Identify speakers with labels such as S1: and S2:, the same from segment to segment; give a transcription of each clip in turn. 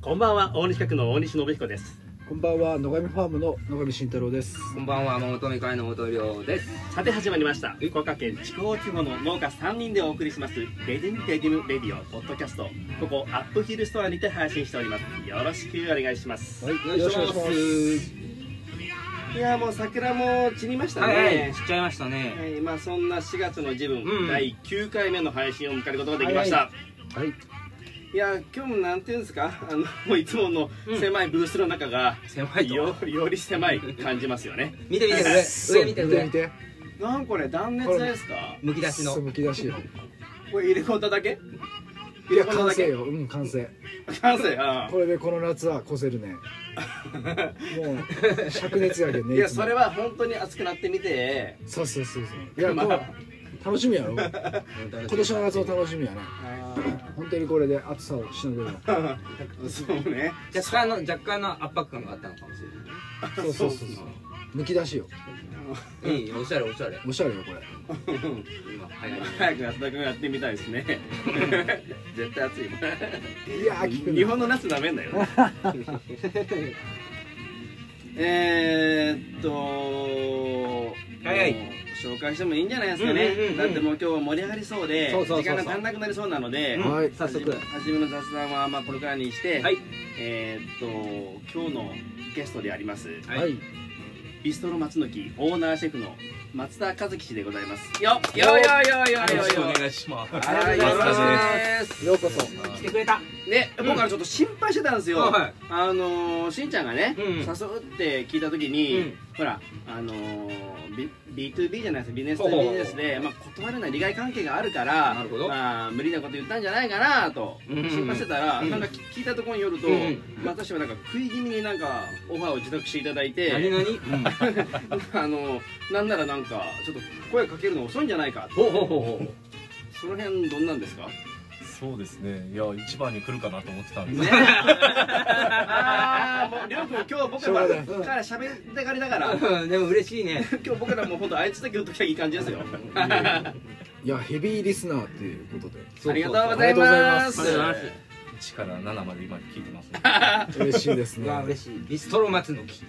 S1: こんばんは大西企画の大西信彦です
S2: こんばんは野上ファームの野上慎太郎です
S3: こんばんは、桃富会の本亮です。
S1: さて始まりました福岡県筑豊地方の農家3人でお送りしますレディンデギムレディオポッドキャストここアップヒルストアにて配信しておりますよろしくお願いします
S2: はいよろしくお願いします
S1: いやもう桜も散りましたね、
S3: はい、はい、しちゃいました
S1: は
S3: ね。
S1: いまあ、そんな4月の自分、
S3: うん
S1: 第9回目の配信を迎えることができました、
S2: はいはい
S1: や今日もなんていうんですかあのもういつもの
S3: うん
S1: 狭いブースの中が、
S3: 狭いと
S1: よ。より狭い感じますよ ね
S3: 見て見て、
S2: そう
S3: 上見て上
S2: 見。て
S1: なんこれ断熱ですか
S3: むき出しの
S2: そう。むき出しよ
S1: これ入れ込んだだけ
S2: い
S1: 入れ込
S2: や
S1: んだ
S2: 完
S1: だ
S2: 成
S1: け
S2: ようん完成
S1: 完成あ
S2: これでこの夏は越せるねもう灼熱やけん
S1: あ
S2: ね
S1: いや
S2: つも
S1: それは本当に熱くなってみて
S2: そうそうそうそういや
S1: ま
S2: こ
S1: あ
S2: う楽しみやろ今年の夏も楽しみやな本当にこれで暑さをしのげるの
S1: そうね
S3: 若干の、若干の圧迫感があったのかもし
S2: そうそうそうそうむき出しよ
S3: れない。いいよ、おしゃれ、おしゃれ。
S2: おしゃれよこれ
S3: 今、早い。
S1: 早く暖かくなってみたいです ね絶対暑い
S2: いやー聞くな
S1: 日本の夏ダメんだよ えーっと
S3: 早い
S1: もう紹介してもいいんじゃないですかね、
S3: うんうんうんうん
S1: だってもう今日は盛り上がりそうで
S3: そうそうそうそう
S1: 時間が足んなくなりそうなので、
S2: うんはい
S3: 早速。
S1: 初めの雑談はまあこれからにして、
S3: はい。
S1: えーっと今日のゲストであります
S2: は
S3: はいい。
S1: ビストロ松の木オーナーシェフの松田和樹氏でございますよっよいよいよいよいよいよ
S4: いします
S1: はいよ
S3: よ
S1: ろ
S3: ろ
S1: し
S3: し
S1: くお願いしま
S3: くお願いし
S2: ようこそ
S3: 来てくれた。
S1: すね僕はちょっと心配してたんですよ、
S3: あはい
S1: あのー、しんちゃんがね、
S3: うん
S1: 誘うって聞いた時に、
S3: うん
S1: ほらあのー、B- B2B じゃないですかビジネス
S3: ほ
S1: と
S3: うほう
S1: ビジネスで、まあ、断れない利害関係があるから
S3: なるほど
S1: まあ、無理なこと言ったんじゃないかなと
S3: うん
S1: 心配してたら、
S3: うん
S1: なんか聞いたところによると、
S3: うん
S1: まあ私はなんか食い気味になんかオファーを受諾していただいて
S3: 何々うん。
S1: あのなんならなんかちょっと声かけるの遅いんじゃないか
S3: ほうほうほうほう。
S1: その辺どんなんですか
S4: そうですねいや一番に来るかなと思ってたんです
S1: ねああもうりょうくん今日僕ら
S2: しょうがない
S1: から喋ってがりだから今
S3: うんでも嬉しいね。
S1: 日僕らもう本当あいつだけ言っときゃいい感じですよ
S2: いやヘビーリスナーっていうことで
S1: ありがとうご
S2: あ
S1: ざ
S2: り
S1: い
S2: がとうござい
S1: ま
S2: ますす
S4: 1から7まで今聞いてますね
S2: 嬉しいです
S3: う
S2: ね
S3: わ、嬉しい。ビストロ松の木。い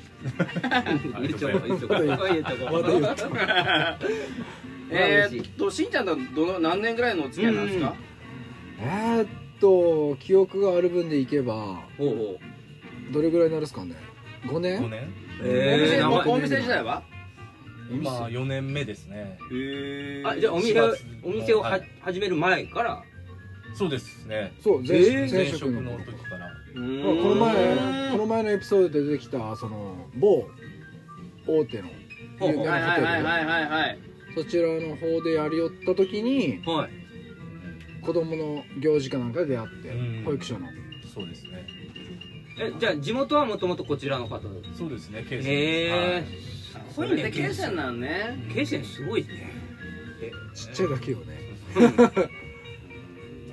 S3: いとこ、いいとこ。いいとこ。
S2: また言っ た
S1: えーっとしんちゃんとどの何年ぐらいのお付き合いなんですか
S2: えーっと記憶がある分でいけば
S3: ほうほう。
S2: どれぐらいになるんですかね5
S4: 5
S2: 年
S4: 年
S1: お
S3: え
S1: 店
S3: ー、
S1: おお
S3: 長い
S1: 店時代は
S4: 今4年目ですね
S1: へえ
S3: あ、じゃあお店
S4: 4月、
S3: お店を
S4: は
S3: はい始める前から。
S4: そうですね
S2: そう前,、
S3: えー
S2: 前
S4: 前職
S2: 職の
S4: の時か
S2: ま
S4: ら
S2: あこの前この前のエピソードで出てきたその某大手の
S3: ほう
S2: 有名
S3: ほう
S1: はい
S2: な
S1: はいはい
S2: ホ
S1: はいはいはい
S2: テルそちらの方でやりよった時に
S3: はい。
S2: 子供の行事かなんかで出会って、
S4: うん
S2: 保育所の
S4: そうですね
S3: えじゃあ地元はもともとこちらの方だ
S4: そうですねケース
S3: へえ
S1: これでケンさんなんね
S3: ケイセンすごいね
S2: ちっちゃいだけよね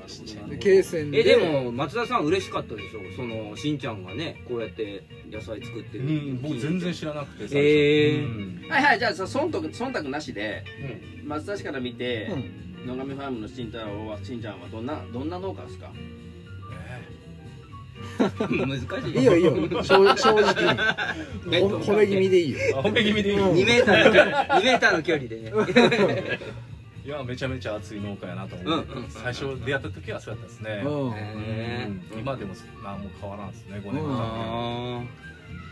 S1: ちっちゃい
S2: で慶泉で
S3: えでも松田さん嬉しかったでしょそのしんちゃんがねこうやって野菜作って
S4: う
S3: る
S4: ん僕全然知らなくて最初
S3: へー
S4: うん
S1: はいはいじゃあさ忖度忖度なしで
S3: うん
S1: 松田氏から見て、
S2: うん
S1: 野上ファームのしんたろうはしんちゃんはどんなどんな農家ですか
S3: 難しい
S2: いいよいいよ正正直
S3: ね
S2: ほ褒め気味でいいよ
S4: あ褒め気味でいい
S3: 2メーターの距離2メーターの距離でね
S4: いやめちゃめちゃ熱い農家やなと
S3: うん
S4: 思って
S3: うん
S4: 最初出会った時はそうやったですね
S2: うん
S3: へ
S4: うん今でも何も変わらんですね5年
S3: ー
S4: 間
S3: あ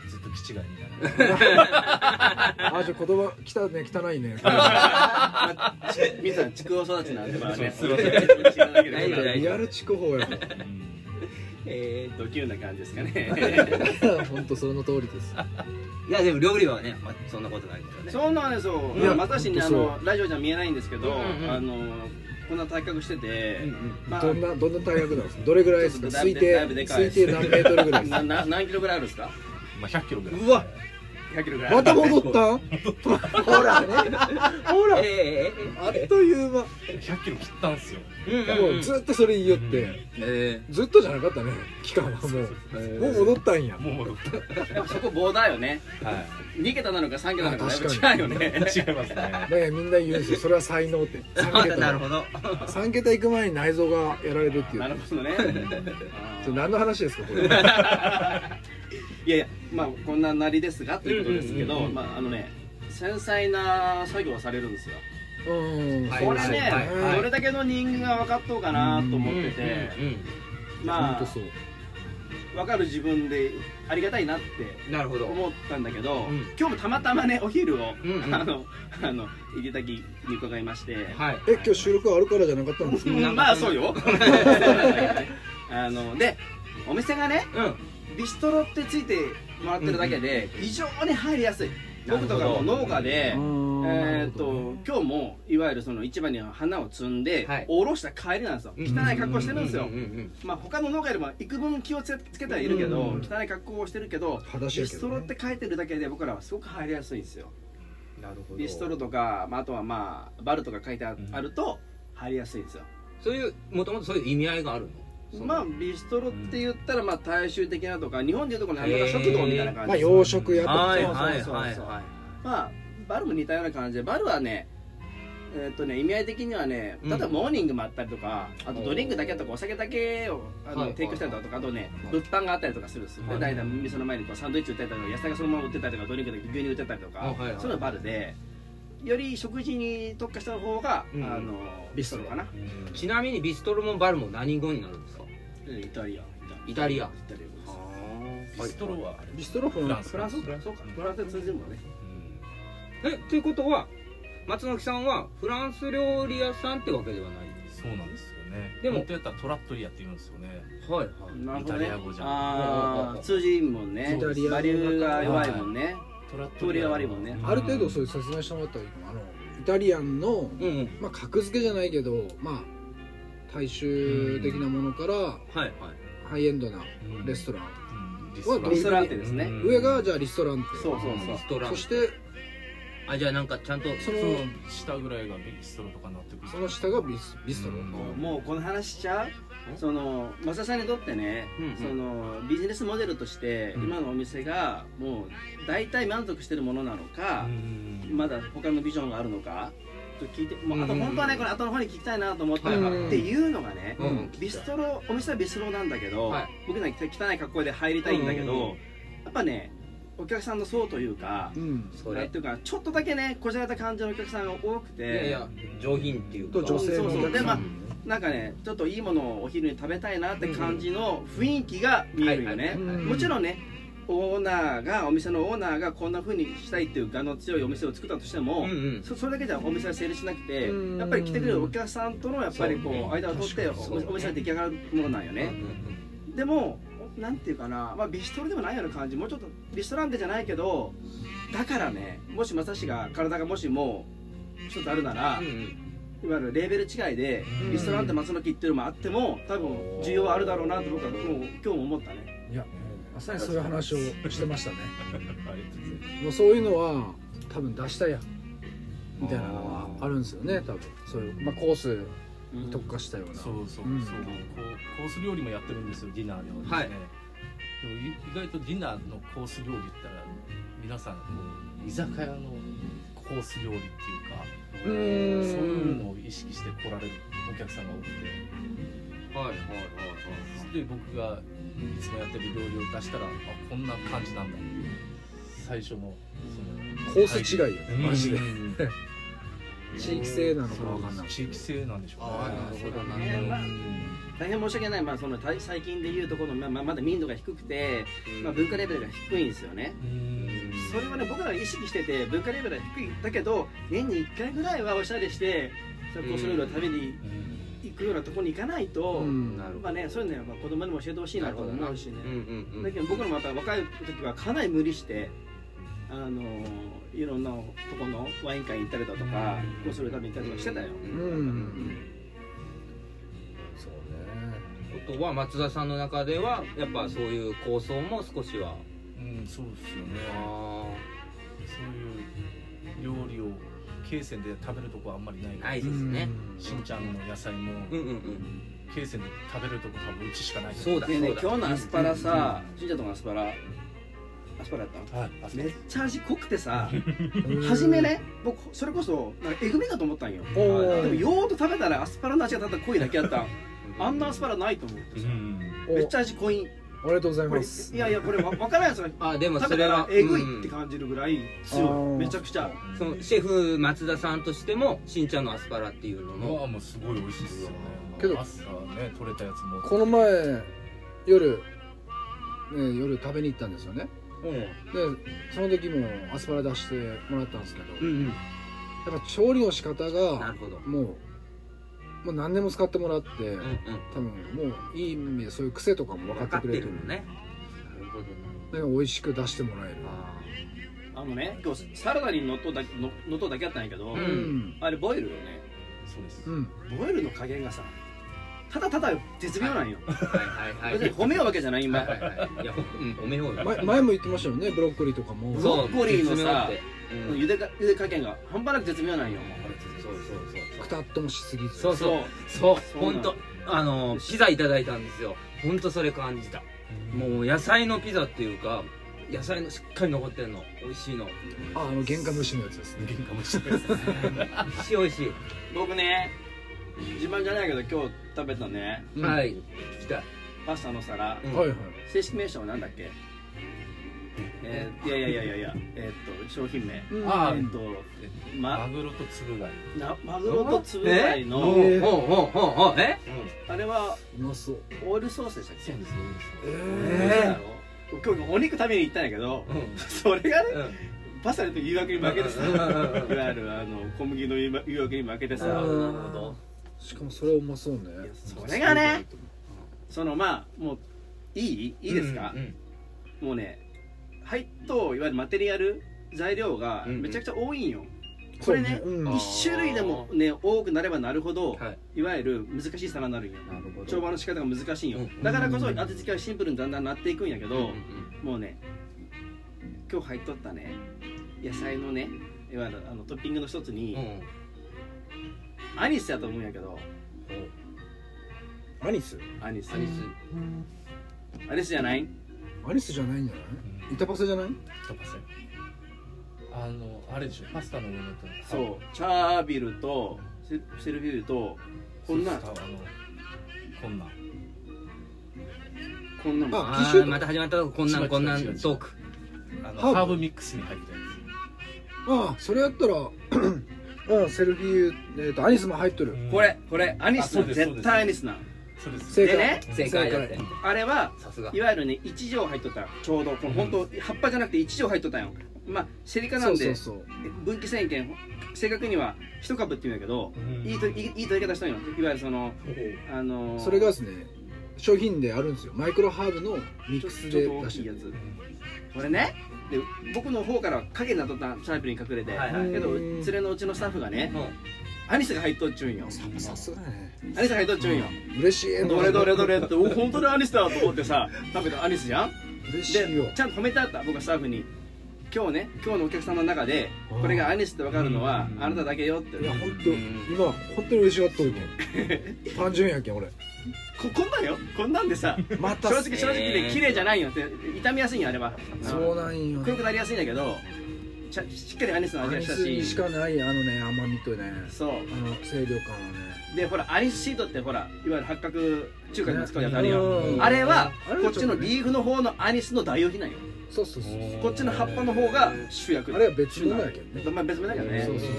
S4: ずっと気違いみたいな
S2: あじゃあ言葉きたね汚いね
S1: みさん畜養育ちなんでまあね
S4: そうそう
S3: 大丈夫大丈
S2: リアル筑豊やから
S4: うん
S3: え
S1: ドキュンな感じですかね
S2: 本当その通りです。
S3: ーいやでも料理はね、ま、そんなことないからね
S1: そうなんですよ
S2: いや
S1: 松田氏にあ
S2: ほんと
S1: のラジオじゃ見えないんですけど、
S3: うんうん
S1: あのこんな体格してて、まあ
S2: どんなどんな大学なんですか。どれぐらいです
S1: ち
S2: か。
S1: ょっとだい
S2: 推
S1: ぶ
S2: 定
S1: だいぶでかい
S2: 推定何メートルぐらいです
S1: な
S2: か。
S1: な何キロぐらいあるんですか
S4: まあ100キロぐらい、
S3: うわ
S1: 100キロぐらい
S2: また戻ったんほらねほら
S3: え
S2: あっという間
S4: 100キロ切ったんすよ
S3: えええ
S2: もうずっとそれ言いよって、
S3: え
S2: ずっとじゃなかったね期間はもうもう戻ったんや
S4: もう戻った
S1: やっぱそこ棒だよね
S4: はい
S1: 2桁なのか3桁なのかだいぶ違うよね
S4: 違いますね
S2: だからみんな言うんですよそれは才能って3
S3: えな
S2: 桁
S3: るほど
S2: 三桁行く前に内臓がやられるっていう
S1: なるほど ね
S2: ちょ何の話ですかこれ
S1: いやいやまあこんななりですがということですけ
S4: うんうん
S1: ど
S4: うんうん
S1: まああのね繊細な作業をされるんですよ
S2: うん
S1: これ
S3: はい
S1: ね
S3: はい
S2: はい
S1: どれだけの人間が分かっとうかなと思ってて
S3: うんうん
S1: ま
S2: 本当そう
S1: あ分かる自分でありがたいなって
S3: うんなるほど
S1: 思ったんだけど
S3: うん
S1: 今日もたまたまねお昼を
S3: うんうん
S1: あのあの池滝に伺いまして
S3: はい
S2: え今日収録あるからじゃなかったんですか
S3: うん
S1: うんまあそうよ あのでお店がね
S3: うん
S1: ビストロってついてもらってるだけで非常に入りやすい僕とかも農家でえーっと今日もいわゆるその市場に花を積んで
S3: はい
S1: おろした帰りなんですよ汚い格好してるんですよ
S3: ううん
S1: まあ他の農家よりも幾分気をつけてはいるけど
S2: うん
S1: 汚い格好をしてるけど
S2: 裸足や
S1: ビ
S2: け
S1: ス
S2: ど
S1: ト
S2: ね
S1: ロって書いてるだけで僕らはすごく入りやすいんですよ
S3: うんなるほど
S1: ビストロとかまああとはまあバルとか書いてあ
S4: うん
S1: あると入りやすいんですよ
S3: そういうもともとそういう意味合いがあるのその
S1: まあビストロって言ったらまあ大衆的なとか日本でいうところのなんとか食堂みたいな感じ
S2: まあ洋食屋とか
S3: はい
S1: そうそう
S3: はい
S1: そうそう
S3: はいは
S1: まあバルも似たような感じでバルはねえーっとね意味合い的にはね例えばモーニングもあったりとか、あとドリンクだけとかお酒だけをあの、
S3: はい
S1: 提供したりだとかあとね
S2: はい
S1: 物販があったりとかするんですよ、
S3: は
S1: で
S3: い
S1: 大体店の前にこうサンドイッチ売ってたりとか野菜がそのまま売ってたりとかドリンクだけ牛乳売ってたりとか、
S3: あはいはい
S1: そういうのがバルでより食事に特化した方が、
S3: うん
S1: あのビストロかな、
S3: いちなみにビストロもバルも何語になるんですか
S1: うんイタリアン
S3: イタリアン
S1: イタリアン語です
S4: ビストロは
S2: ビストロフ
S4: フ
S2: ラ
S4: ラ
S2: ン
S4: ン
S2: ス
S4: ス
S1: フランスフランスそうかフランスで通じるもんね
S4: うん
S3: えということは松野木さんはフランス料理屋さんってわけではないんです
S4: そうなんですよね
S3: でも
S4: 本当やったらトラットリアって言うんですよね
S3: はいはい
S1: なるほどね
S4: イタリア語じゃん
S1: あー通じんもんね
S2: イタリア語
S1: バリューが弱いもんね
S4: トラッ
S1: トリア悪いもんね
S2: ある程度そう
S4: う
S2: い
S4: ん
S2: う説明してもらったらいいかなあのイタリアンの、
S3: うんうん
S2: まあ、格付けじゃないけどまあ大衆的なものから、
S3: はいはい
S2: ハイエンドな
S4: うん
S2: レストラン、
S4: うんリ
S2: はどう
S1: リストランテですね、
S4: うん
S2: 上がじゃあリストランテ
S1: そうそう
S3: ビ
S1: そう
S3: ストラン
S2: そして
S3: あじゃあなんかちゃんと
S2: その
S4: 下ぐらいがビストロとかになってくる
S2: その下がビスビストロ、
S4: うん
S1: もうこの話しちゃう
S3: え
S1: その増田さんにとってね、
S3: うんうん
S1: そのビジネスモデルとして
S4: うん
S1: 今のお店がもう大体満足してるものなのか、まだ他のビジョンがあるのかと聞いてもうあと
S3: うんうんうん
S1: 本当はねこれ後の方に聞きたいなと思ったら、
S2: うん
S1: っていうのがね、
S3: うんうん
S1: ビストロお店はビストロなんだけど、
S3: はい
S1: 僕なんか汚い格好で入りたいんだけど、
S3: うんうんうん
S1: やっぱねお客さんの層というか、
S2: うん
S3: そ
S1: な
S3: れ
S1: んていうかちょっとだけねこじられた感じのお客さんが多くて
S3: いやいや上品っていうか
S2: と女性の
S1: そうそうでまあ
S2: うん
S1: なんかねちょっといいものをお昼に食べたいなって感じの雰囲気が見えるよね、
S2: うん
S1: もちろんねオーナーがお店のオーナーがこんな風にしたいっていう我の強いお店を作ったとしても、
S3: うんうん
S1: そそれだけじゃお店は成立しなくて、
S2: うん
S1: やっぱり来てくれるお客さんとのやっぱりこ
S4: そう
S1: う間を取ってお
S3: 確かにそう
S1: お店が出来上がるものなんよ
S3: うんう
S1: ね、
S3: ん
S1: でもなんていうかな、まあ、ビストロでもないような感じもうちょっとビストランテじゃないけどだからねもし正志が体がもしもうちょっとあるなら、
S3: うんうん
S1: いわゆるレベル違いで
S2: うん
S1: リストランテ松の木っていうのもあっても多分需要はあるだろうなと僕はもう今日も思ったね
S2: いやまさにそういう話をしてましたね
S4: ありがとうございます
S2: もうそういうのは多分出したいやんみたいなのはあるんですよね多分そういう、まあ、コースに特化したような、
S4: そうそうそう、
S2: うん
S4: こうコース料理もやってるんですよディナーではですね、
S3: はい
S4: でもい意外とディナーのコース料理って言ったら皆さんこう居酒屋のコース料理っていうか
S2: うーん
S4: そういうのを意識して来られるお客さんが多く
S3: はいはいはいはい
S4: てで僕がいつもやってる料理を出したらあこんな感じなんだ最初の
S2: コース違いよ
S4: そ
S2: ね、
S4: の
S2: マジで
S4: うん
S2: 地域性なのかわかんない
S4: 地域性なんでしょ
S3: あーなるほどな
S4: うね
S1: るほど
S4: うん
S1: 大変申し訳ない、まあ、その最最近でいうところの、まあまあ、まだ民度が低くて、まあ、文化レベルが低いんですよね
S4: うん
S1: それはね僕らが意識してて文化レベルが低いだけど年に1回ぐらいはおしゃれしてそれこそれを食べに
S4: うん
S1: 行くようなところに行かないと、
S2: うん
S3: なるほ
S1: まあねそういうのはやっぱ子供にも教えてほしいなと思うしね
S3: どうんうんうん
S1: だけど僕らもやっぱ若い時はかなり無理して、あのいろんなとこのワイン会行ったりだとかコース料理食べに行ったりとかしてたよ、
S3: うん
S2: うん
S3: うん
S2: そう
S3: ことは松田さんの中ではやっぱそういう構想も少しは
S4: うんそうですよね
S3: あ
S4: 慶泉で食べるとこはあんまりない
S3: ないですね
S4: しんちゃんの野菜も
S3: うんうんうん
S4: 慶泉で食べるとこ多分うちしかない
S3: そうだ
S1: ねえねえ
S3: そうだ
S1: 今日のアスパラさ、しんちゃんとこのアスパラアスパラだったの
S4: はいあそ
S1: めっ
S4: う
S1: ちゃ味濃くてさ
S2: うん
S1: 初めね僕それこそなんかえぐみかと思ったんよ
S2: お
S1: でも
S2: ー
S1: よーっと食べたらアスパラの味がただ濃いだけやったんあんなアスパラないと思って
S4: う
S1: さ
S4: ん
S2: お
S1: めっちゃ味濃い
S2: ありがとうござい
S1: これ
S2: ます
S1: いやいやこれわ分からないですよ
S3: あでも
S1: 食
S3: そ
S1: べ
S3: れ
S1: たら
S3: は
S1: えぐいって
S3: うん
S1: 感じるぐらい
S2: あ
S1: 強
S2: ー
S1: いめちゃくちゃ
S3: そのシェフ松田さんとしてもしんちゃんのアスパラっていうの
S4: うわ
S3: の
S4: もうすごい美味しいっすよね
S2: けど
S4: 朝ね取れたやつも
S2: この前夜、ね、夜食べに行ったんですよね
S3: うん
S2: でその時もアスパラ出してもらったんですけど、
S3: うんうん
S2: やっぱ調理の仕方
S3: な
S2: が
S3: るほどうん
S2: もうもう何でも使ってもらって、
S3: うん
S2: 多分もういい意味でそういう癖とかも分
S3: 分
S2: か
S3: か
S2: っ
S3: って
S2: く
S3: て
S2: れて
S3: る
S2: る
S3: のねなるほどな
S2: で美味しく出してもらえる
S3: あ
S1: あのね今日サラダにのっとうだののっとうだけやったんやけど、
S3: う
S2: うんん
S1: あれボイルよね
S4: そうです
S2: うん
S1: ボイルの加減がさただただ絶妙なんよ、
S3: ーはい はいはい
S1: 別に褒めようわけじゃないん
S3: は
S1: だ
S3: いはいはいいやほうん褒めようよ
S2: 前前も言ってましたよねブロッコリーとかも
S1: ブロッコリーのさ
S3: 絶妙だってうん
S1: 茹でか茹で加減が半端なく絶妙なんよも
S3: そうそう
S2: くたっともしすぎず
S3: そうそう
S1: う
S3: そうそう
S1: そう
S3: そう本当あのピザいただいたんですよ本当それ感じたもう野菜のピザっていうか野菜のしっかり残ってんの美味しいの
S2: ああの原価無視のやつですね
S4: 喧嘩もしてないです
S3: 美味しい美味しい、
S1: 僕ね自慢じゃないけど今日食べたね
S2: うん
S3: はい聞きたい、
S1: パスタの皿
S3: うん
S2: はいはい
S1: 正式名称は何だっけえー、いやいやいやいやいやえーっと商品名
S4: あ
S1: え
S4: ー
S1: ーっと
S4: マ
S1: ま
S4: グロとつぶ貝
S1: なマグロとつぶ貝
S2: え
S1: の
S2: ー
S3: ほうほうほうほうえ
S1: あれは
S2: うまそう
S1: オイルソースでしたっけ
S4: そうですそうです
S2: え
S1: 今日お肉食べに行ったんやけど
S3: うん
S1: それがね
S3: うん
S1: パスタの誘惑に負けてさ
S3: うんうんうんうん
S1: いわゆるあの小麦の誘惑に負けて
S2: ー
S1: さ
S3: なるほどなるほど
S2: しかもそれうまそうね
S1: いやそれがねそのまあもういいいいですか
S3: うん
S1: もうね入っとういわゆるマテリアル材料が
S3: うんうん
S1: めちゃくちゃ多いんよ、こ
S2: そう
S1: れね、
S2: うん
S3: あー
S1: 一種類でもね多くなればなるほど、
S3: はい
S1: い、わゆる難しい皿になるんよ
S3: なるほど
S1: 調和の仕方が難しいんよ、
S3: うん
S1: だからこそ味付けはシンプルにだんだんなっていくんやけど、
S3: うんうん
S1: もうね今日入っとったね野菜のねいわゆるあのトッピングの一つに、
S3: うんうん
S1: アニスやと思うんやけど
S2: アニス
S1: アニス
S3: アニス
S1: アニスじゃない
S2: アニスじゃないんじゃない
S4: うん
S2: 板パセじゃない
S4: とかさあのあれでしょパスタの上のと
S1: そうチャービルとセセルフィールとこんな
S4: そうですあのこんな
S1: こんなもん
S2: あ
S3: あ
S2: キッシ
S3: ー
S2: ュ
S3: また始まったこんなんこんなんトーク
S4: あの
S2: ハーブ
S4: ハーブミックスに入ったや
S2: ああそれやったら うんセルフィーユえっとアニスも入っとる
S4: つ
S1: これこれアニス
S4: あそうです
S1: 絶対アニスなん
S4: そうです
S2: 正
S1: で
S2: 解
S1: ね
S3: 正解だって
S1: あれは
S3: さすが
S1: いわゆるね1錠入っとったちょうどこの本当葉っぱじゃなくて1錠入っとったんよまあセリカな
S2: そ
S1: ん
S2: うそ
S1: で
S2: うそう
S1: 分岐線圏正確には1株って言うんやけど
S4: うん
S1: いいといいいい取り方したんよいわゆるそのあのー
S2: それがですね商品であるんですよマイクロハーブのミッ
S1: ちょ
S2: ク
S1: ち
S2: ス
S1: ょっ
S2: で
S1: と大
S2: 出し
S1: きい
S2: て
S1: や
S2: る
S1: つこれねで僕の方からは影になっとったんチャービルに隠れて、
S3: はいはい
S1: けど連れのうちのスタッフがね
S3: う
S1: アニスが入っとっちゅうんよ
S2: さすがね
S1: アニスが入っとっちゅうんよ、
S2: 嬉しい
S1: どれどれどれってお本当にアニスだと思ってさ食べたアニスじゃん
S2: 嬉しいよ
S1: でちゃんと褒めてあった僕はスタッフに今日ね今日のお客さんの中でこれがアニスって分かるのは
S4: うん
S1: あなただけよって
S2: いや本当
S3: うん
S2: 今本当に嬉しがっとるもん 単純やけん俺
S1: ここんなんよこんなんでさ
S2: また
S1: 正直正直で
S3: えー
S1: 綺麗じゃないよって傷みやすいんよあれは
S2: そうなんよ
S1: 黒くなりやすいんだけどちゃしっかりアニスの
S2: ア
S1: 味が
S2: ニ
S1: した
S2: スに
S1: し
S2: しかないあのね甘みとね
S1: そう
S2: あの清涼感は
S1: でほらアニスシートってほらいわゆる八角中華にも使うやつある
S2: ね
S1: やん
S2: うん
S1: あれは
S2: あれ
S1: こ
S2: は
S1: っ
S2: ち
S1: ち
S2: ょっと
S1: の
S2: ね
S1: リーフの方のアニスの代用品なんよ
S2: そうそうそう
S4: おー
S1: こっちの葉っぱの方が主役
S2: あれは別物やけんね
S1: まあ別物だけどね
S2: そうそう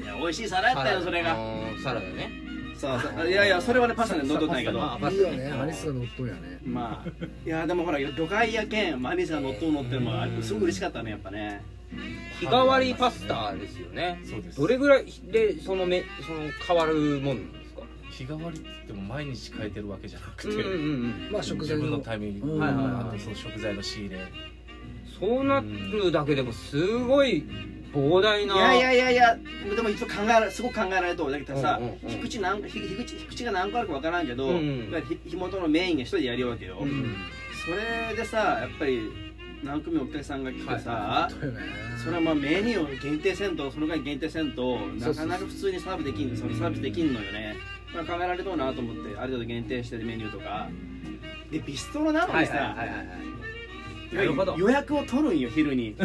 S1: いや美味しい皿やったよそれが
S3: うんサラダね
S1: そうそういやいやそれはねパスタに乗っとったんやけど
S3: パス
S2: そ
S3: タ
S2: ういいよねアニスが乗っとんやね
S1: まあいやでもほら魚介やけんマニスが乗っとうのってのもあすごく嬉しかったねやっぱね
S3: 日替わりパスタですよね
S4: そうです
S3: どれぐらいでそのめその変わるもんなんですか
S4: 日替わりって言っても毎日変えてるわけじゃなくて、
S3: ん
S2: まあ食
S4: 自
S2: 材
S4: 分の
S2: の
S4: タイミング、
S2: うん
S3: はいはいはい
S4: あとその食材の仕入れ
S3: そうなるだけでもすごい膨大
S1: い
S3: な
S1: やいやいやいやでも一応考えられすごく考えられると思うだけどさ
S3: うんうんうん
S1: 火口なん火火口火口が何個あるかわからんけど
S3: うん
S1: いわゆる火火元のメインが一人でやるわけよ
S3: うん
S1: それでさやっぱり何組もお客さんが来てさ、
S2: だよね
S1: それはまあメニューを限定せんとその間限定せんと
S2: そ
S1: な
S2: うそ
S1: か
S2: う
S1: なか普通にサービスできんそのサービスできんのよね、まあ、考えられとうなと思ってある程度限定してるメニューとかでビストロなのにさ、
S3: いはい
S1: いわゆる
S3: なるほど
S1: 予約を取るんよ昼にビ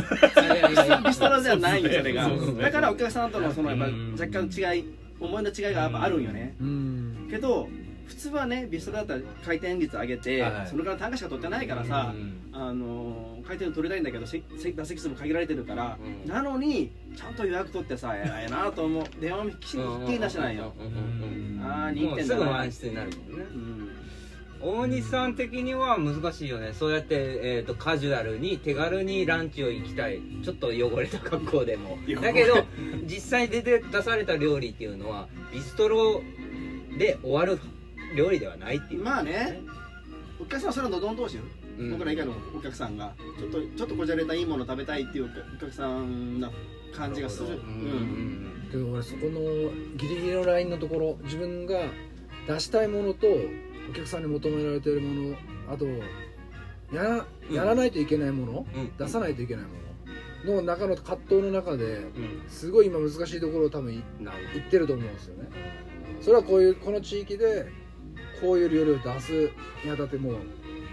S1: ストロじゃないんよ それが
S3: そうそう
S1: だからお客さんとのそのやっぱ
S3: うん
S1: 若干違い思いの違いがやっぱあるんよね
S2: うん
S1: けど普通はねビストロだったら回転率上げて、
S4: はい
S1: そのから単価しか取ってないからさ、あのー回転を取りたいんだけどせせ座席数も限られてるから、
S3: うん
S1: なのにちゃんと予約取ってさ偉いなと 思う電話もきちんと引き出してないよ、
S3: うんうんうん
S1: ああ
S3: うん
S1: 人
S3: もう
S1: 点
S3: す
S1: だ
S3: ぐ
S1: な
S3: 満室になるもんね
S1: うん
S3: 大西さん的には難しいよねそうやって、えー、とカジュアルに手軽にランチを行きたいちょっと汚れた格好でも
S1: 汚れ
S3: だけど実際出て出された料理っていうのはビストロで終わる料理ではないっていう、
S1: まあねお客さんはそれのどんどうしよ、
S3: うん
S1: 僕ら以外のお客さんがちょっとちょっとこじゃれたいいもの食べたいっていうお客さんな感じがする
S3: なほどうん
S2: けど俺そこのギリギリのラインのところ自分が出したいものとお客さんに求められているものあとやら
S3: うん
S2: やらないといけないもの、
S3: うんうん
S2: 出さないといけないものの中の葛藤の中で
S3: うん
S2: すごい今難しいところを多分い
S3: なる
S2: いってると思うんですよねそれはこういうこの地域でこういう料理を出すにあたってもう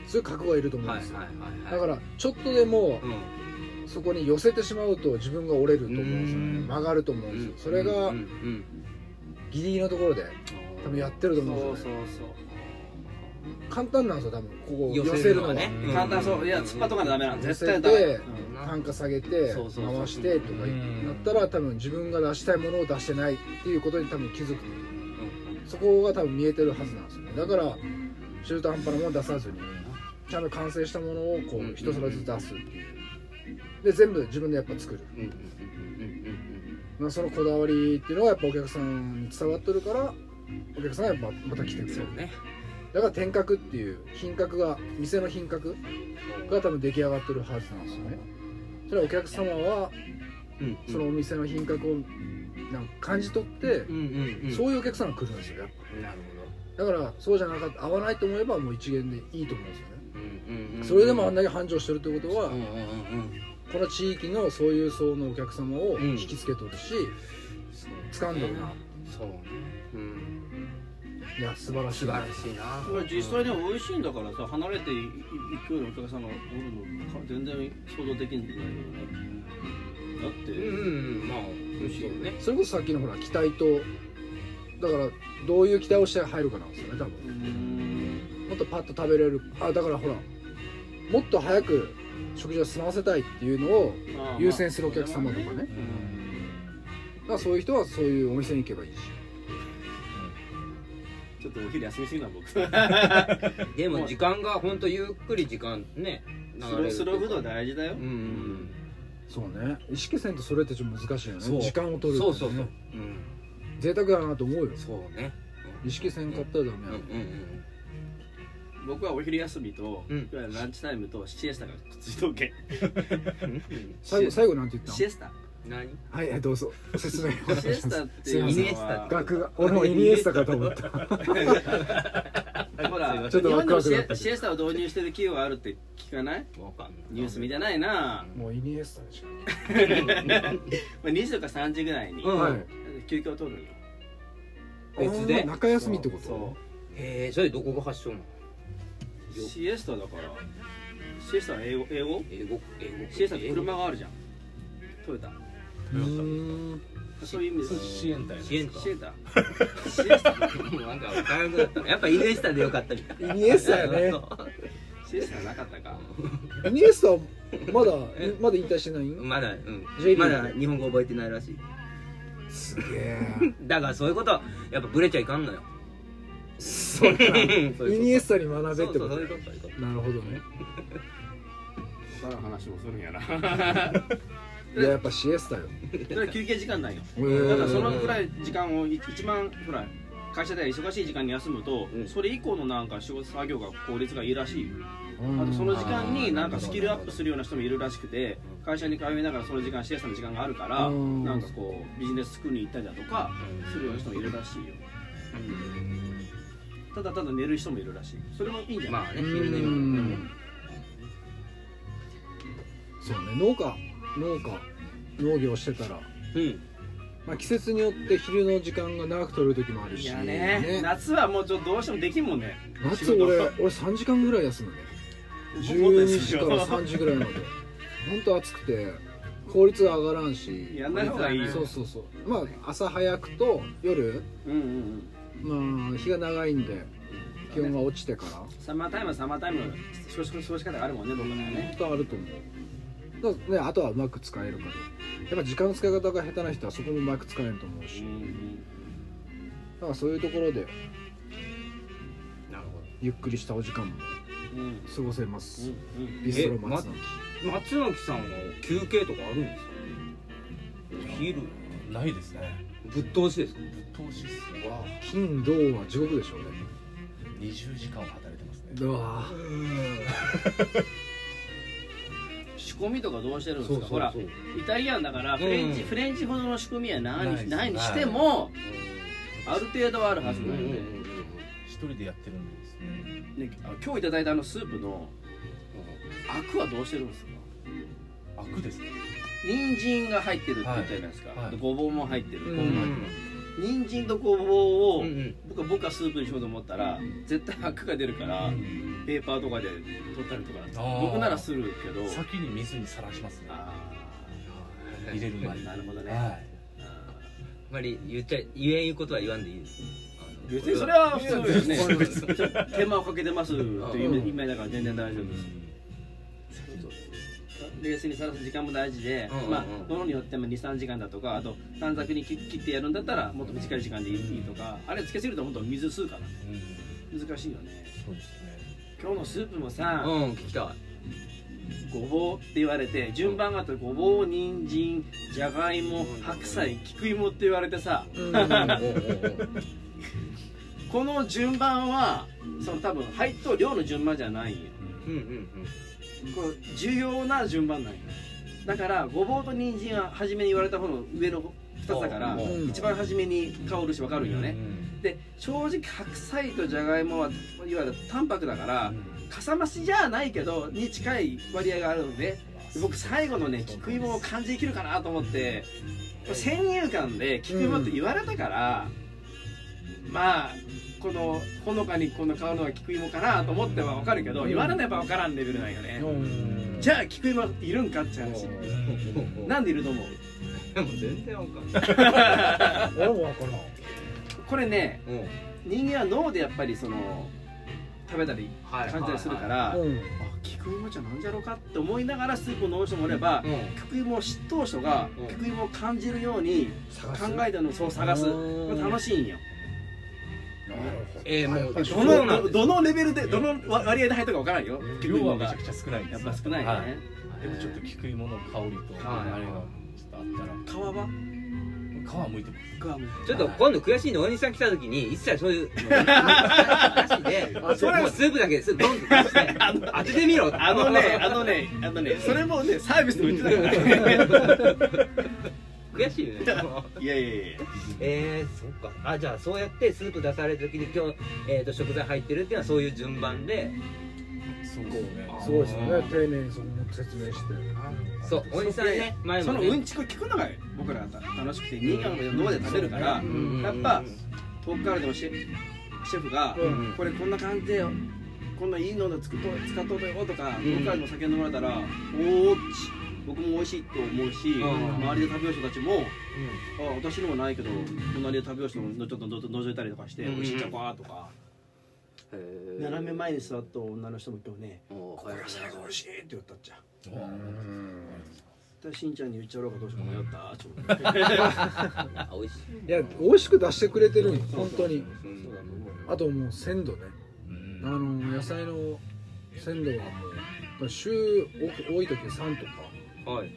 S2: すごい覚悟がいると
S3: ほ
S2: 思
S3: ど
S2: うん
S3: はい
S2: で
S3: は
S2: す
S3: い
S2: よ、
S3: はい
S2: だ
S3: は
S2: か
S3: い
S2: らちょっとでも
S3: うん
S2: そこに寄せてしまうと自分が折れると思うんですよ
S3: う
S2: ね
S3: ん
S2: 曲がると思うんですよそれが
S3: うんうん
S2: ギリギリのところで多分やってると思うんです
S1: そ
S2: よね
S1: う
S2: 簡単なんですよ多分ここ
S3: 寄
S2: 寄
S3: せ
S2: せ
S3: る
S2: るの
S3: の
S2: は
S3: はね
S1: そう簡単そういや突っ張っとかなダメなの
S2: 寄
S1: 絶
S2: せ
S1: 対
S2: て
S1: ダメ、
S2: 単価下げて
S3: そうそうそう
S2: 回してとか
S4: うん
S2: なったら多分自分が出したいものを出してないっていうことに多分気づく
S3: うん
S2: そこが多分見えてるはずなんですよねだから中途半端なものを出さずにちゃんと完成したものをこ
S3: うん
S2: う一皿ずつ出すっていうで全部自分でやっぱ作る、
S3: うんうんうんうん
S2: まあ、そのこだわりっていうのがやっぱお客さんに伝わってるからお客さんがやっぱまた来てく
S3: うん
S2: れ
S3: そ
S2: る
S3: うね
S2: だから天格っていう品格が店の品格が多分出来上がってるはずなんですよねそれはお客様は
S3: うん
S2: そのお店の品格をなんか感じ取って
S3: うんうんうん
S2: そういうお客さんが来るんですよやっぱ
S3: なるほど
S2: だからそうじゃなかった合わないと思えばもう一元でいいと思うんですよね
S3: うんうんうん
S2: それでもあんだけ繁盛してるってことは、
S3: うんうんうん
S2: この地域のそういう層のお客様を
S3: うん
S2: 引きつけとるし、
S3: そう
S2: 掴んどるな、
S3: そうねうん
S2: いや素晴らしい
S3: 素晴らしいな
S1: これ実際でも美味しいんだからさ離れていくようなお客さんがおるのか全然想像できないよねだって、
S3: うんうんうんまあ美味しいよね
S2: それこそさっきのほら期待とだからどういう期待をして入るかなんですよね多分
S1: うん
S2: もっとパッと食べれるあだからほらもっと早く食事を済ませたいっていうのを
S1: まあ
S2: 優先するお客様とかねだからそういう人はそういうお店に行けばいいし
S1: ちょっとお昼休みすぎな僕
S3: でも時間が本当ゆっくり時間ね流
S1: ス
S3: れ
S1: ロー
S3: る
S1: スローフードは大事だよ
S3: うんうん
S2: そうね意識せんとそれってちょっと難しいよね
S3: そう
S2: 時間を
S3: う
S2: 取
S3: ん
S2: る
S3: そうそうそう
S2: ね
S3: うん
S2: 贅沢だなと思うよ
S3: そうね
S2: 意識せんかったらダ
S3: う
S2: メ
S3: んう
S2: や
S3: んうん
S1: 僕はお昼休みと、
S3: うん
S1: いわゆるランチタイムとシエスタがくっついとけ
S3: うん
S2: 最後最後なんて言った
S1: シエスタ
S3: 何
S2: のはいはいどうぞ説明お願い
S1: シエ
S2: し
S1: ス
S2: ます
S1: タっていう
S3: イニエ
S1: の
S3: スタ
S1: は
S2: 額が俺もイニエスタかと思った
S1: ほら
S2: ちょ
S1: 日本
S2: っとワク
S1: で
S2: ワ
S1: も
S2: ク
S1: シ
S2: になっ
S1: エ
S2: た
S1: シエスタを導入してる企業があるって聞かない
S3: わかんない
S1: ニュース見てないな、
S2: もうイニエスタでしょ
S1: まあ、2時とか3時ぐらいに
S3: うん
S2: はい
S1: 休憩を取るのよ
S3: 別で
S2: あー中休みってこと
S1: そう
S3: へ えそれどこが発祥なの
S1: シエスタだからシエスタは英語英語
S3: 英語英語
S1: シエスタって車があるじゃんトヨタ
S2: うーん
S1: そういう意味
S4: そ
S1: で
S4: う
S1: す
S4: 支援隊
S3: 支援か
S1: シエタシエスタ
S3: なんかわからなくなったやっぱイニエスタでよかったみたい
S2: イニエスタやね
S3: そ
S1: シエスタはなかったか
S2: イニエスタまだ
S3: え
S2: まだ引退してないうん
S3: まだうん
S2: J リーグ
S3: まだ日本語覚えてないらしい
S2: すげえ
S3: だからそういうことはやっぱブレちゃいかんのよ
S2: そうかイニエスタに学べ
S3: そ
S2: っ
S3: う
S2: て
S3: そう
S2: こ
S3: そ
S2: と
S3: ういうことそういうこと
S2: なるほどね
S1: 他の話もするん やな
S2: いややっぱシエスタよ
S1: だから休憩時間ないよ
S2: へ
S1: だからそ
S2: ー
S1: のくらい時間をい一番ほら会社で忙しい時間に休むと、
S3: うん
S1: それ以降のなんか仕事作業が効率がいいらしいよ
S2: うん
S1: あとその時間になん
S3: あ
S1: か
S3: ー
S1: スキルアップするような人もいるらしくて
S3: うん
S1: 会社に通いながらその時間シエスタの時間があるから
S2: うん
S1: なんかこうビジネススクールに行ったりだとかするような人もいるらしいよただただ寝る人もいるらしいそれもいいんじゃない、
S3: まあね昼寝も
S2: うんそうね農家農家農業してたら、
S3: うん
S2: まあ、季節によって昼の時間が長く取れる時もある
S1: い
S2: し
S1: やね夏はもうちょっとどうしてもできんもんね
S2: 夏俺俺3時間ぐらい休むね12時から3時ぐらいまで本当暑くて効率が上がらんし
S1: やんない方がいいよ
S2: そうそうそうまあ朝早くと夜
S1: うんうんうん
S2: まあ日が長いんで気温が落ちてから
S1: サマータイムはサマータイムの少し少し方があるもんね僕らはね
S2: 本当あると思うだからねあとはうまく使えるかどうかやっぱ時間の使い方が下手な人はそこもうまく使えると思うしだからそういうところで
S1: なるほ
S2: ゆっくりしたお時間も
S1: どうん
S2: 過ごせます
S1: うんうん
S2: ビストロ松の木
S3: 松脇さんは休憩とかあるんですか昼
S4: ないですね
S3: ぶっ通しですか
S4: ぶっ通しっすねわ
S2: 金銅は地獄でしょうね
S4: 20時間は働いてますね
S2: うわ
S1: 仕込みとかどうしてるんです
S2: そ
S1: か
S2: うそうそう
S1: ほらイタリアンだからフレンチ、
S3: うん
S1: フレンチほどの仕込みはない
S4: ない
S1: にないに
S4: はい
S1: しても、ある程度はあるはず
S3: うん
S1: な
S3: うんんうん
S1: で、
S4: 一人でやってるんですね
S1: ね、あ今日いただいたあのスープのアクはどうしてるんですか
S4: アクですね
S1: 人参が入ってるって言ったじゃないですか、
S4: はいはい
S1: ごぼうも入ってる、
S3: うん
S1: ごぼうも入ってる人参とごぼうを、
S3: うんうん
S1: 僕は僕はスープにしようと思ったら絶対アクが出るからペーパーとかで取ったりとか
S4: あー
S1: 僕ならするけど
S4: 先に水にさらしますね
S1: あ
S4: 入れる
S1: ー
S4: 前に
S1: なるほどね、
S4: はい
S3: あんまり言っちゃ言えんことは言わんでいいですあの
S1: 別にそれは普通ですね
S3: そうで
S1: ちょっと手間をかけてますっていう意味意味だから全然大丈夫です冷静にさらす時間も大事で、
S3: うんうんうん
S1: まあものによっても23時間だとかあと短冊に切切ってやるんだったらもっと短い時間でいいとかあれつけすぎると本当水吸うからね
S4: うん
S1: 難しいよね
S4: そうですね
S1: 今日のスープもさ、
S3: うん聞きたい
S1: ごぼうって言われて順番があってごぼう人参じゃがいも白菜菊芋って言われてさ
S2: ー
S1: この順番はその多分配当量の順番じゃないんよ
S3: うんうん
S1: これ重要な順番なんよだからごぼうと人参は初めに言われた方の上の2つだから
S4: うん
S2: うん
S1: 一番初めに香るし分かるんよね
S4: うん
S1: で正直白菜とじゃがいもはいわゆる淡白だからかさ増しじゃないけどに近い割合があるので僕最後のね菊芋を感じできるかなと思って先入観で菊芋って言われたから、まあこのほのかにこの買うのは菊芋かなと思っては分かるけど、
S2: うん
S1: 言われれば分からんレベルなんよね、
S2: うん
S1: じゃあ菊芋いるんかって話、
S3: うん
S1: なんでいると思う
S3: でも全然わかんない
S2: 俺もわからん
S1: これね
S3: うん
S1: 人間は脳でやっぱりその食べたり
S3: は
S1: 感じたりするから、
S2: うん
S1: あ菊芋じゃなんじゃろうかって思いながらスープを飲む人もおれば、
S3: うん
S1: 菊芋を知っとう人が
S3: うん
S1: 菊芋を感じるように
S2: 探
S1: 考えたのをそう探す
S2: うーん
S1: 楽しいんよ
S3: えーもう
S2: はい
S3: ど
S1: ど
S3: のな
S1: の
S3: んですか
S1: どのレベルでどの割合で入ったかわからんよ菊
S4: 量
S1: 芋
S4: はめち
S1: が
S4: ゃくちゃ少ないです
S1: やっぱ少ないよ
S4: は
S1: ね
S4: でもちょっと菊芋の香りとあ
S3: はい
S4: れがちょっとあったら
S1: 皮は
S4: 皮剥いてます
S1: 皮も
S3: ちょっと今度悔しいの大西さん来た時に一切そう いうのなしでもうス
S1: それは
S3: ープだけですドンと出して 当ててみろ
S1: あのねあのねあのねそれもねサービスでも言ってたからね
S3: 悔しいよね
S1: いやいやいや
S3: えー、そっかあじゃあそうやってスープ出された時に今日、えー、と食材入ってるっていうのはそういう順番で
S4: そうですね
S2: すごいですね丁寧にその説明して
S3: そう大西さんね前
S1: そ
S3: も
S1: の
S3: ね
S1: うんちく聞くのが僕ら楽しくて人間の脳で食べるから
S3: うんうんうん
S1: やっぱ遠くからでもシェフシェフが
S2: うん
S1: これこんな感じでこんないいのを作っと使っといたよとか
S3: ん
S1: 遠くからでも酒飲まれたらおお僕も美味しいと思うし
S3: うん
S1: 周りで食べよう人たちもあ私のもないけど隣で食べよう人もちょっとの覗いたりとかして
S3: うんうん
S1: 美味しいじゃんかとか
S3: へー
S1: 斜め前に座った女の人も今日ね
S3: もう
S1: これが最高美味しいって言ったっちゃ
S4: うわ
S1: でしんちゃんに言っちゃおうかどうしようか迷ったちょっと
S3: あ美味しい
S2: いや美味しく出してくれてるんよ本当に
S3: うん
S1: そうだと思うよ
S2: あともう鮮度ね
S4: うん
S2: あの野菜の鮮度はもう週多多い時で3とか
S3: はいはい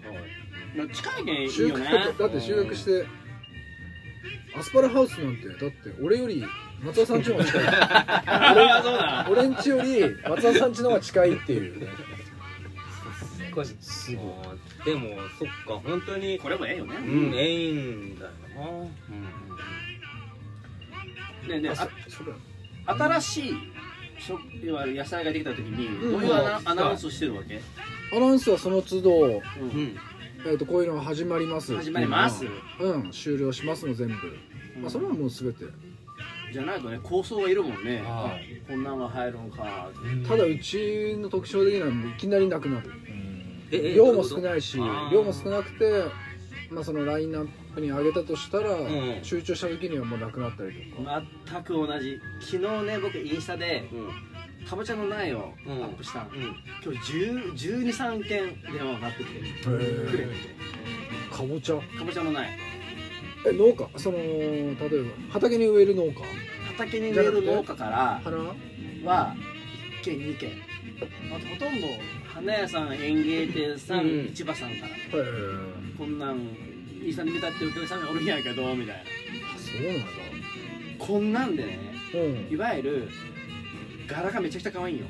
S1: まあ近いけんいい
S2: 収
S1: よね
S2: 穫だって収穫してアスパラハウスなんてだって俺より松田さんちの方が近い
S1: あ そうだ
S2: 俺んちより松田さんちの方が近いっていう
S3: 少し
S4: すごい
S3: あーでもそっか本当に
S1: これもええよね
S3: うんええんだよなうん
S1: ねえねえ
S2: あそ
S1: あ
S2: それ
S1: 新しい食いわゆる野菜ができた時に
S2: ん
S1: どういうアナ,、
S3: うん
S1: アナウンスしてるわけ
S2: アナウンスはその都度、
S1: うん
S3: うん
S2: えー、とこういうのが始まります
S1: 始まります、
S2: うん終了しますの全部、まあ、それはもう全て
S1: じゃないとね構想がいるもんね
S4: は
S1: あこんなんが入るんか
S2: ただうちの特徴的なのはいきなりなくなる
S3: ええ
S2: 量も少
S3: い
S2: ないし
S3: どういうこと
S2: 量も少なくてまあそのラインナップに上げたとしたら、
S3: ん
S2: 集中した時にはもうなくなったりとか、
S1: 全く同じ昨日ね僕インスタで
S3: うん
S1: かぼちゃの苗をア
S3: うん
S1: ップしたの、
S3: うん
S1: 今日1 2 3件電話がかかってきてくれ
S2: かぼちゃ
S1: かぼちゃの苗
S2: え農家その例えば畑に植える農家
S1: 畑に植える農家から
S2: 花
S1: は1軒2軒あとほとんど花屋さん園芸店さん、
S3: うん
S1: 市場さんから
S2: へえ
S1: こんなんインスタに見たってお客さんがおるんやけどみたい
S2: そうなんだ
S1: なこんなんでね
S2: うん
S1: いわゆる柄がめちゃくちゃ可愛いんよ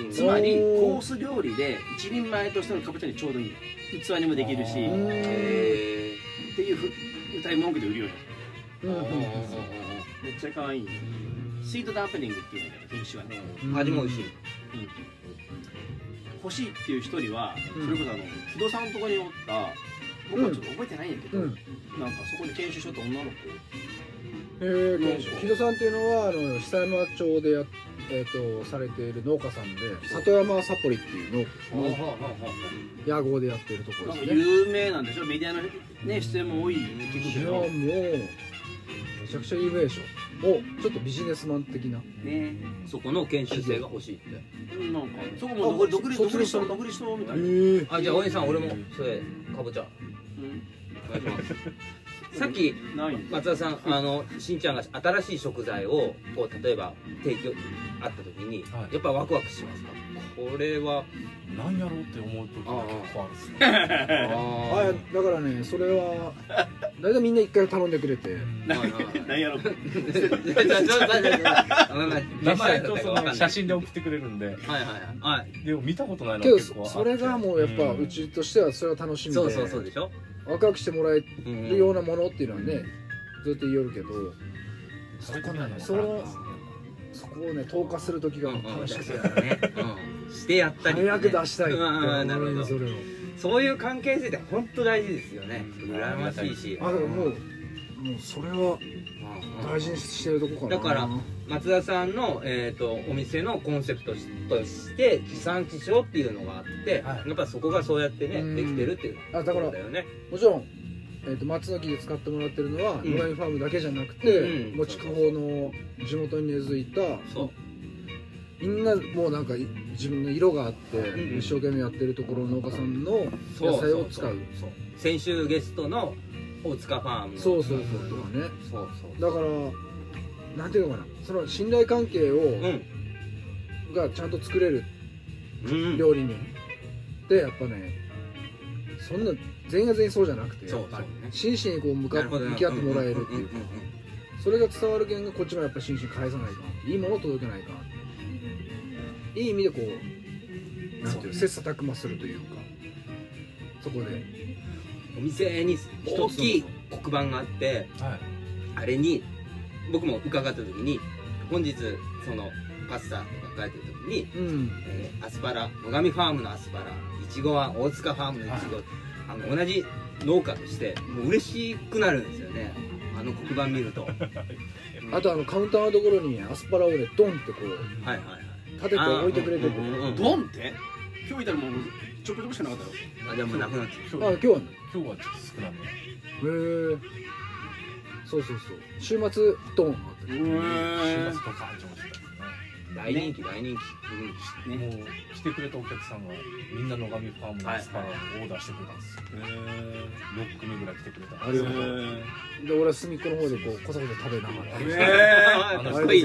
S3: うん
S1: つまり
S2: おー
S1: コース料理で一人前としてのかぼちゃにちょうどいいよ器にもできるし
S4: あー
S1: っ
S2: へ
S3: え
S1: ていうふ歌い文句で売るよね
S2: ーうんうん
S1: めっちゃ可愛いんよスイートダープニングっていうんだけど品種はね、
S2: うん
S3: 味も美味しい
S1: 欲しいっていう一人は、
S2: うん
S1: それこそあの木戸さんのところにおった僕はちょっと覚えてないんだけど、
S2: うん
S1: なんかそこで研修しよった女の子
S2: えー、木戸さんっていうのはあの久山町でやっ、えー、とされている農家さんで里山サポリっていう
S3: うん
S2: 農野号でやってるとこ
S1: な
S2: ろ
S1: んか
S2: ですね
S1: 有名なんでしょメディアの、ね、出演も多いって聞く
S2: い
S1: け
S2: やも
S1: ど
S2: う、めちゃくちゃ有名でしょおちょっとビジネスマン的な
S1: ね、
S3: そこの研修生が欲しいって
S1: なんかそこもう独立独立し
S2: あ卒業した
S1: と
S2: の
S1: 独立しとみたいな、
S2: え
S3: あじゃあお兄さん俺もそれかぼちゃ
S1: うん
S3: お願いしますさっき
S1: ないんだ
S3: 松田さんあのしんちゃんが新しい食材をこう例えば提供あった時に、
S4: はい
S3: やっぱワクワクしますかこれは
S4: 何やろうって思う時が結構あるんですね
S3: ああ
S2: あだからねそれは大体みんな一回頼んでくれ て
S1: なんやろ
S4: 名前とその
S3: 真
S4: 写真で送ってくれるんで
S3: はいはいはいはい
S4: でも見たことないの
S2: け
S4: が
S2: ど
S4: 結構あ
S2: そ
S4: っ
S2: それ
S4: て
S2: がもうやっぱうちとしてはそれは楽しみで
S3: そうそうそうでしょ、
S2: ワクワクしてもらえ
S3: うん
S2: るようなものっていうのはねずっと言えるけど
S4: それとね
S2: そのそこをね投下する時が楽しくて
S3: ね、うん、してやったり、
S2: 早く出したいって
S3: うんうんうんな
S2: 思
S3: る
S2: うね
S3: ほど
S2: それを
S3: そういう関係性って本当大事ですよね
S4: うん
S3: 羨ましいし
S2: あだからもうもうそれは
S3: うん
S2: 大事にしてるとこかな
S3: だから松田さんの、えー、とお店のコンセプトとして地産地消っていうのがあって、
S4: はい
S3: やっぱそこがそうやってね
S2: うん
S3: できてるっていう
S2: あだから
S3: ことだよね
S2: もちろん、えー、と松の木で使ってもらってるのは
S3: ん
S2: 野上、ファームだけじゃなくて、
S3: うん
S2: もう筑豊の地元に根付いた
S3: そう
S2: みんなもうなんかい自分の色があって、
S3: うん
S2: 一生懸命やってるところの農家さんの
S3: そう
S2: 野菜を使う
S3: そうそうそう先週ゲストの大塚ファームの
S2: そうそうそうとかね
S3: そうそ
S2: だ
S3: う
S2: からなんていうのかなその信頼関係を、
S3: うん
S2: がちゃんと作れる
S3: うん
S2: 料理人ってやっぱねそんな全員が全員そうじゃなくて
S3: そう
S2: やっぱり
S3: そうね
S2: 真摯にこう向か
S3: な
S2: っ
S3: るほど
S2: 向き合ってもらえるっていうか
S3: んんんん
S2: それが伝わるけんがこっちもやっぱ真摯に返さないかいいものを届けないかいい意味でこうなんていうの切磋琢磨するというかそこで
S3: お店に大きい黒板があって
S4: はい
S3: あれに僕も伺った時に本日そのパスタが書いてる時に
S2: うん
S3: えーアスパラ野上ファームのアスパラいちごは大塚ファームのいちごあの同じ農家としてもう嬉しくなるんですよねあの黒板見 るとはい
S2: あとあのカウンターのところにアスパラをねドンってこう
S3: はいはい
S2: 立てて置いてくれてて
S3: あーうんうんうん
S1: ドンって今日いたらもうちょこちょこしかなかったよ
S3: あでもなくなっちゃ
S4: 今日
S2: あ今日はね
S4: 今日はちょっと少な
S2: へ
S4: め
S2: えそうそうそう週末ドンあった
S1: う
S4: 週
S1: ー
S4: 末
S1: ん
S4: とか入ってましたね
S3: う大人気大人気、
S1: ね
S4: もう来てくれたお客さんがみんな野上ファームのアスパラをオーダーしてくれたんですよ、6組ぐらい来てくれた
S2: ありがとうで俺は隅っこの方でこうこそこそ食べながら
S1: え
S3: あ
S4: の
S3: かっこいい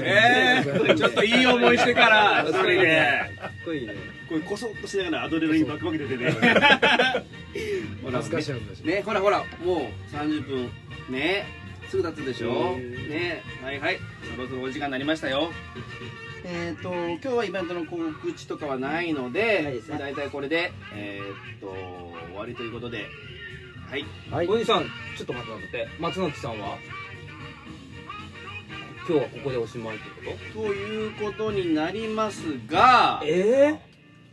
S2: え
S3: ねかっこいいね
S1: ちょっといい思いしてから
S3: かっ
S1: 一
S3: こ
S1: 人
S3: いい
S1: で
S3: ねかっこいいね
S1: これこそっとしながらアドレナリンバクバク出て ねほら
S2: 懐かしい話だし
S1: ねほらほらもう30分ねすぐ経つでしょ
S3: うん
S1: ねはいはいそろそろお時間になりましたよえっ、と今日はイベントの告知とかはないの
S3: ない
S1: で
S3: ですね
S1: 大体これでえっ、と終わりということではい
S2: はい
S3: お兄さんちょっと待って待って松崎さんは今日はここでおしまいってこと
S1: ということになりますが
S3: え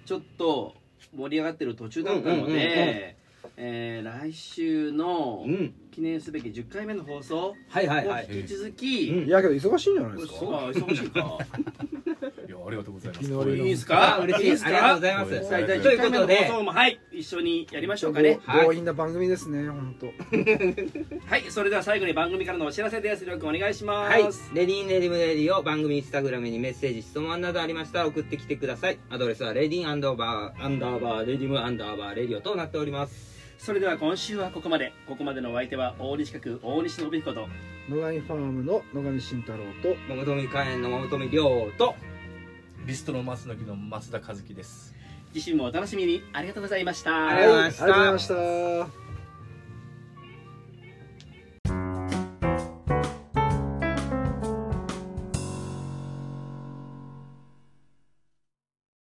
S1: ちょっと盛り上がってる途中だったの
S3: うんうんうんうん
S1: で、えー来週の
S3: うん
S1: 記念すべき10回目の放送
S3: はいはいは
S1: も
S3: い
S1: 引き続き、
S3: うん
S2: いやけど忙しいんじゃないですか
S1: そうあ忙しいか
S4: いやありがとうございます
S2: いきなり
S1: いいです
S3: あ
S1: か
S3: 嬉しい
S1: いい
S3: で
S1: ですす
S3: あ
S1: か
S3: りがとうございます
S1: さあ第
S3: と
S1: 10
S3: いう
S1: 回
S3: こ
S1: 目の
S3: とで
S1: 放送もはい一緒にやりましょうかね
S2: 強引な番組ですね本当。
S1: はいそれでは最後に番組からのお知らせですりょうくんお願いします、
S3: はい、レディーネリムレディを番組インスタグラムにメッセージ、質問などありましたら送ってきてください。アドレスはレディーアンダーバー、アンダーバー、レディムアンダーバー、レディオとなっております。
S1: それでは今週はここまでここまでのお相手は大西企画大西信彦と
S2: 野上ファームの野上慎太郎と
S3: 桃富会員の桃富亮と、
S4: リストの松の木の松田和樹です
S1: 次週もお楽しみにありがとうございました
S3: ありがとうございました
S2: ありがとうございました